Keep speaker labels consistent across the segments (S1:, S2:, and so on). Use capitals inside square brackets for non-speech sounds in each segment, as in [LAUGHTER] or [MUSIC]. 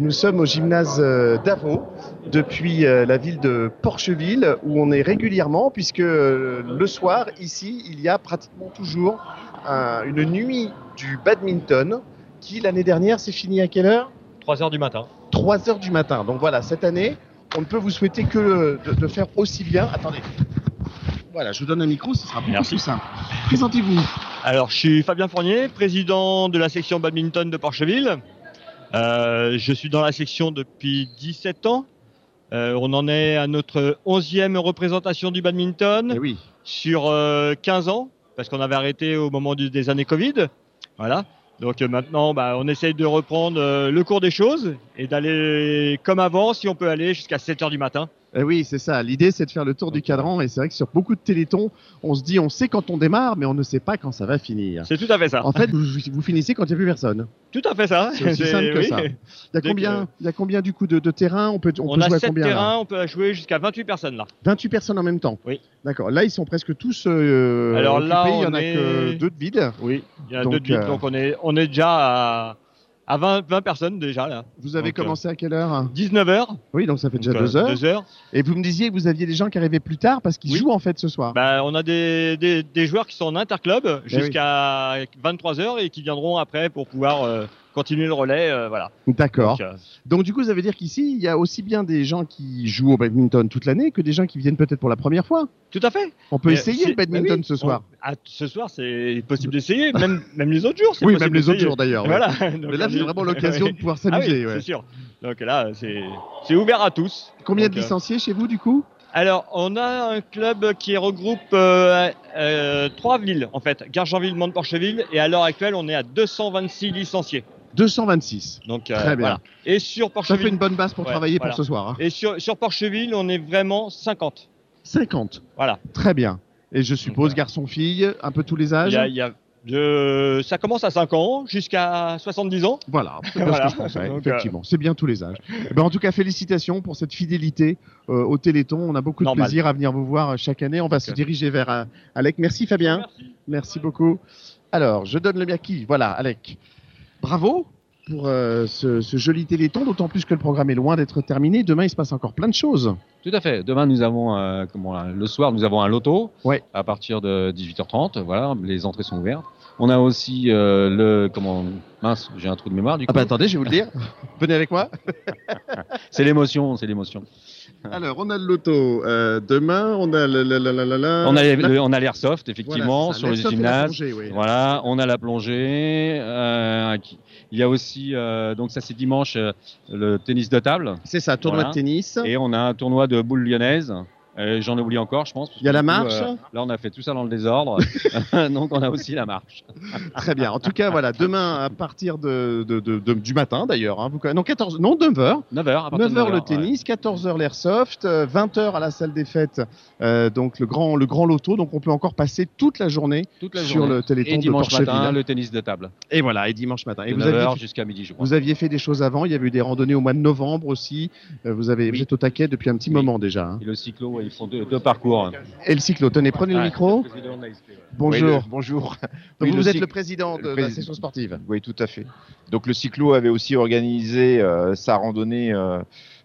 S1: Nous sommes au gymnase euh, d'Avon depuis euh, la ville de Porcheville où on est régulièrement puisque euh, le soir ici il y a pratiquement toujours un- une nuit du badminton qui l'année dernière s'est finie à quelle heure
S2: 3 heures du matin.
S1: 3 heures du matin. Donc voilà, cette année, on ne peut vous souhaiter que euh, de, de faire aussi bien. Attendez. Voilà, je vous donne un micro, ce sera beaucoup
S2: Merci.
S1: plus simple. Présentez-vous.
S2: Alors, je suis Fabien Fournier, président de la section badminton de Porcheville. Euh, je suis dans la section depuis 17 ans. Euh, on en est à notre 11e représentation du badminton
S1: oui.
S2: sur euh, 15 ans, parce qu'on avait arrêté au moment du- des années Covid. Voilà. Donc euh, maintenant, bah, on essaye de reprendre euh, le cours des choses et d'aller comme avant, si on peut aller jusqu'à 7 heures du matin.
S1: Eh oui, c'est ça. L'idée, c'est de faire le tour du cadran. Et c'est vrai que sur beaucoup de télétons, on se dit, on sait quand on démarre, mais on ne sait pas quand ça va finir.
S2: C'est tout à fait ça.
S1: En fait, vous, vous finissez quand il n'y a plus personne.
S2: Tout à fait ça.
S1: Ah. C'est
S2: [LAUGHS]
S1: aussi simple que
S2: oui.
S1: ça. Il y a
S2: Dès
S1: combien, il y a combien du coup de, de terrain On peut, on
S2: On,
S1: peut
S2: a
S1: jouer à
S2: 7
S1: combien là
S2: terrains, on peut jouer jusqu'à 28 personnes là.
S1: 28 personnes en même temps.
S2: Oui.
S1: D'accord. Là, ils sont presque tous. euh,
S2: Alors là,
S1: occupés. il y
S2: on
S1: en a
S2: est-
S1: que deux de vides.
S2: Oui, il y a
S1: Donc,
S2: deux de huit,
S1: euh,
S2: donc on est, on est déjà à, à 20, 20 personnes déjà là.
S1: Vous avez
S2: Donc, euh,
S1: commencé à quelle heure
S2: 19h.
S1: Oui, donc ça fait déjà
S2: euh,
S1: deux heures. Et vous me disiez que vous aviez des gens qui arrivaient plus tard parce qu'ils
S2: Oui.
S1: jouent en fait ce soir.
S2: Bah, on a des, des, des joueurs qui sont en interclub
S1: Eh oui.
S2: jusqu'à 23h et qui viendront après pour pouvoir euh, continuer le relais. euh, voilà.
S1: D'accord.
S2: Donc, euh,
S1: Donc du coup, ça veut dire qu'ici, il y a aussi bien des gens qui jouent au badminton toute l'année que des gens qui viennent peut-être pour la première fois.
S2: tout à fait.
S1: On peut
S2: Mais
S1: essayer
S2: c'est-
S1: le badminton
S2: bah oui,
S1: ce soir.
S2: on- ah, ce soir, c'est possible
S1: [LAUGHS]
S2: d'essayer, même, même les autres jours. c'est
S1: Oui,
S2: possible
S1: même les autres
S2: d'essayer.
S1: jours d'ailleurs. ouais.
S2: Voilà.
S1: Mais là, c'est vraiment l'occasion de pouvoir
S2: [LAUGHS] Ah oui,
S1: s'amuser. ouais.
S2: c'est sûr. Donc là, c'est c'est ouvert à tous.
S1: Combien
S2: Donc,
S1: de
S2: euh,
S1: licenciés chez vous du coup
S2: Alors, on a un club qui regroupe euh, euh, trois villes, en fait. Gargenville, Mande-Porcheville, et à l'heure actuelle, on est à 226 licenciés.
S1: 226.
S2: Donc, euh,
S1: Très bien.
S2: voilà. Et sur
S1: Ça fait
S2: Porcheville,
S1: une bonne base pour
S2: Ouais,
S1: travailler
S2: voilà.
S1: pour ce soir. hein.
S2: et sur, sur Porcheville, on est vraiment 50.
S1: 50.
S2: Voilà.
S1: Très bien. Et je suppose
S2: voilà.
S1: garçon-fille, un peu tous les
S2: Il
S1: âges.
S2: y a, il y a de- ça commence à 5 ans jusqu'à 70 ans.
S1: Voilà, c'est bien
S2: Voilà.
S1: ce que je pense, ouais,
S2: Donc,
S1: effectivement, c'est bien tous les âges. Eh ben, en tout cas, félicitations pour cette fidélité euh, au Téléthon. On a beaucoup de
S2: Normal.
S1: plaisir à venir vous voir euh, chaque année. On va se
S2: Ok.
S1: diriger vers euh, Alec. Merci Fabien, merci,
S2: Merci.
S1: beaucoup. Alors, je donne le Miyaki. Voilà, Alec. Bravo pour euh, ce, ce joli Téléthon, d'autant plus que le programme est loin d'être terminé. Demain, il se passe encore plein de choses.
S3: Tout à fait. Demain, nous avons, euh, comment, là, le soir, nous avons un loto
S1: Ouais.
S3: à partir de 18h30. Voilà, les entrées sont ouvertes. On a aussi euh, le, comment, mince, j'ai un trou de mémoire du
S1: Ah
S3: coup.
S1: bah attendez, je vais vous le dire. Venez avec moi.
S3: c'est l'émotion, c'est l'émotion.
S1: Alors, on a le loto euh, demain, on a le, le- le- le- le- le-
S3: on a les-
S1: la-
S3: le- on a
S1: Voilà,
S3: l'airsoft effectivement
S1: c'est ça,
S3: sur les
S1: l'airsoft et la
S3: gymnases.
S1: plongée, oui.
S3: Voilà, on a la plongée. euh, qui- il y a aussi, euh, donc ça c'est dimanche, euh, le tennis de table.
S1: C'est ça, tournoi
S3: Voilà.
S1: de tennis.
S3: Et on a un tournoi de boules lyonnaises. Euh, J'en oublie encore, je pense. parce
S1: Il y a
S3: que
S1: la
S3: du coup,
S1: marche.
S3: euh, là, on a fait tout ça dans
S1: [LAUGHS]
S3: le désordre. [LAUGHS] donc on a aussi la marche.
S1: Très bien. En tout cas, voilà, demain à partir de, de- de- de- du matin d'ailleurs, hein, vous conna- non 14, non 9h,
S3: 9h, à partir
S1: 9h
S3: de
S1: le tennis, 14h l'airsoft, 20h à la salle des fêtes, euh, donc le grand le grand loto, donc on peut encore passer toute la journée
S3: Toute la
S1: sur
S3: journée.
S1: le téléthon
S3: Et
S1: de
S3: dimanche
S1: Porcheville.
S3: matin, le tennis de table.
S1: Et voilà, et dimanche matin. Et
S3: de
S1: vous aviez,
S3: 9h jusqu'à midi, je crois.
S1: vous aviez fait des choses avant, il y avait eu des randonnées au mois de novembre aussi. Euh, vous avez
S3: Oui.
S1: vous êtes au taquet depuis un petit
S3: Oui.
S1: moment déjà. hein.
S3: Et le cyclo, ouais, ils font deux, deux parcours.
S1: Et le cyclo, tenez, prenez le
S3: Ouais.
S1: micro. Bonjour.
S4: Oui, le- bonjour.
S1: Donc
S4: Oui,
S1: vous
S4: le
S1: êtes
S4: cyc-
S1: le président de
S4: le
S1: la
S4: président.
S1: section sportive.
S4: Oui, tout à fait. Donc le cyclo avait aussi organisé euh, sa randonnée euh,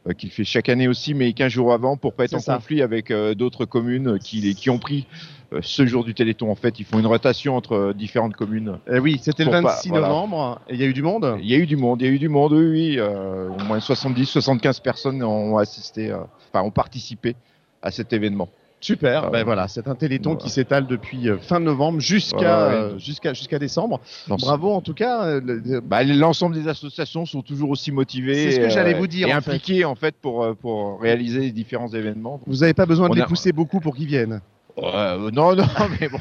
S4: euh, qu'il fait chaque année aussi, mais 15 jours avant pour pas être
S1: C'est
S4: en
S1: ça.
S4: conflit avec euh, d'autres communes qui, qui ont pris euh, ce jour du Téléthon. En fait, ils font une rotation entre euh, différentes communes.
S1: Eh oui, c'était le
S4: Pour pas-
S1: 26
S4: voilà.
S1: novembre. et Il y a eu du monde.
S4: Il y a eu du monde, il y a eu du monde, oui, oui. euh, au moins 70-75 personnes ont assisté, euh, enfin ont participé à cet événement.
S1: Super,
S4: Ah
S1: ben
S4: ouais.
S1: voilà, c'est un téléthon
S4: Voilà.
S1: qui s'étale depuis euh, fin novembre jusqu'à
S4: Ouais, ouais.
S1: euh, jusqu'à jusqu'à décembre.
S4: L'ense-
S1: Bravo en tout cas. euh, le- le-
S4: Bah, l'ensemble des associations sont toujours aussi motivées
S1: C'est ce que
S4: euh,
S1: j'allais vous dire,
S4: et
S1: en fait.
S4: impliquées en fait pour, euh, pour réaliser les différents événements.
S1: vous n'avez pas besoin de
S4: On
S1: les
S4: a-
S1: pousser beaucoup pour qu'ils viennent.
S4: Euh,
S1: [LAUGHS]
S4: non, non, mais bon,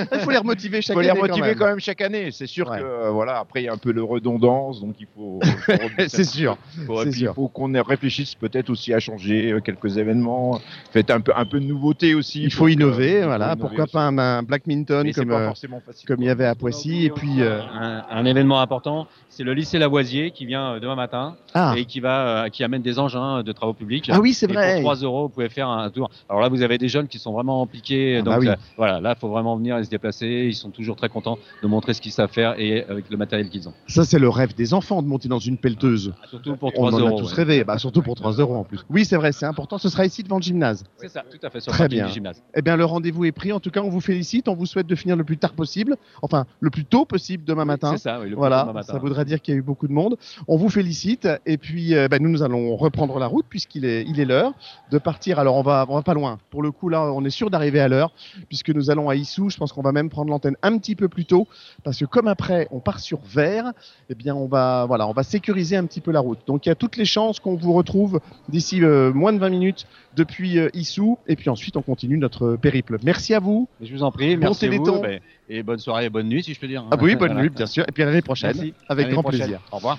S1: Il faut les remotiver
S4: [LAUGHS] il
S1: chaque
S4: faut les
S1: année quand
S4: motiver
S1: même.
S4: quand même chaque année. C'est sûr
S1: Ouais.
S4: que euh, voilà, après il y a un peu le redondance, donc il faut.
S1: [LAUGHS]
S4: faut remonter-
S1: C'est sûr.
S4: faut- et
S1: c'est
S4: puis,
S1: sûr.
S4: Il faut qu'on réfléchisse peut-être aussi à changer euh, quelques événements, faites un peu un peu de nouveauté aussi.
S1: Il faut
S4: Donc,
S1: innover,
S4: euh, il
S1: voilà.
S4: faut
S1: Pourquoi
S4: innover
S1: pas un, un
S4: aussi.
S1: Blackminton
S4: Mais c'est
S1: comme,
S4: pas
S1: euh,
S4: forcément facile.
S1: comme il y avait à Poissy et puis euh,
S3: Un, un événement important, c'est le lycée Lavoisier qui vient euh, demain matin
S1: ah
S3: et qui, va, euh, qui amène des engins de travaux publics.
S1: ah oui c'est
S3: Et
S1: vrai.
S3: pour 3 euros, vous pouvez faire un tour. Alors là, vous avez des jeunes qui sont vraiment impliqués.
S1: Ah
S3: donc
S1: bah oui.
S3: euh, voilà, là, il faut vraiment venir et se déplacer. Ils sont toujours très contents de montrer ce qu'ils savent faire et avec le matériel qu'ils ont.
S1: Ça, c'est le rêve des enfants de monter dans une pelleteuse.
S3: Surtout pour
S1: On
S3: 3
S1: en
S3: euros.
S1: a tous
S3: ouais.
S1: rêvé, bah, surtout pour 3 euros en plus. Oui, c'est vrai, c'est important. Ce sera ici devant le gymnase.
S3: C'est ça, tout à fait. Sur
S1: Très
S3: le parking
S1: bien.
S3: du gymnase.
S1: Eh bien, le rendez-vous est pris. En tout cas, on vous félicite. On vous souhaite de finir le plus tard possible. Enfin, le plus tôt possible demain matin.
S3: C'est ça, oui, le
S1: Voilà,
S3: programme matin.
S1: ça voudra dire qu'il y a eu beaucoup de monde. On vous félicite et puis euh, bah, nous, nous allons reprendre la route puisqu'il est, il est l'heure de partir. Alors on va, on va pas loin. Pour le coup là, on est sûr d'arriver à l'heure puisque nous allons à Issou. Je pense qu'on va même prendre l'antenne un petit peu plus tôt parce que comme après on part sur Vert, eh bien on va, voilà, on va sécuriser un petit peu la route. Donc il y a toutes les chances qu'on vous retrouve d'ici euh, moins de 20 minutes depuis euh, Issou et puis ensuite on continue notre périple. Merci à vous.
S3: Mais Je vous en prie,
S1: Bon
S3: merci à vous,
S1: téléthon.
S3: ben, et bonne soirée et bonne nuit si je peux dire. hein.
S1: Ah oui, bonne
S3: Voilà.
S1: nuit bien sûr et puis à l'année prochaine
S3: Merci.
S1: avec
S3: À l'année
S1: grand
S3: prochaine.
S1: plaisir.
S3: Au revoir.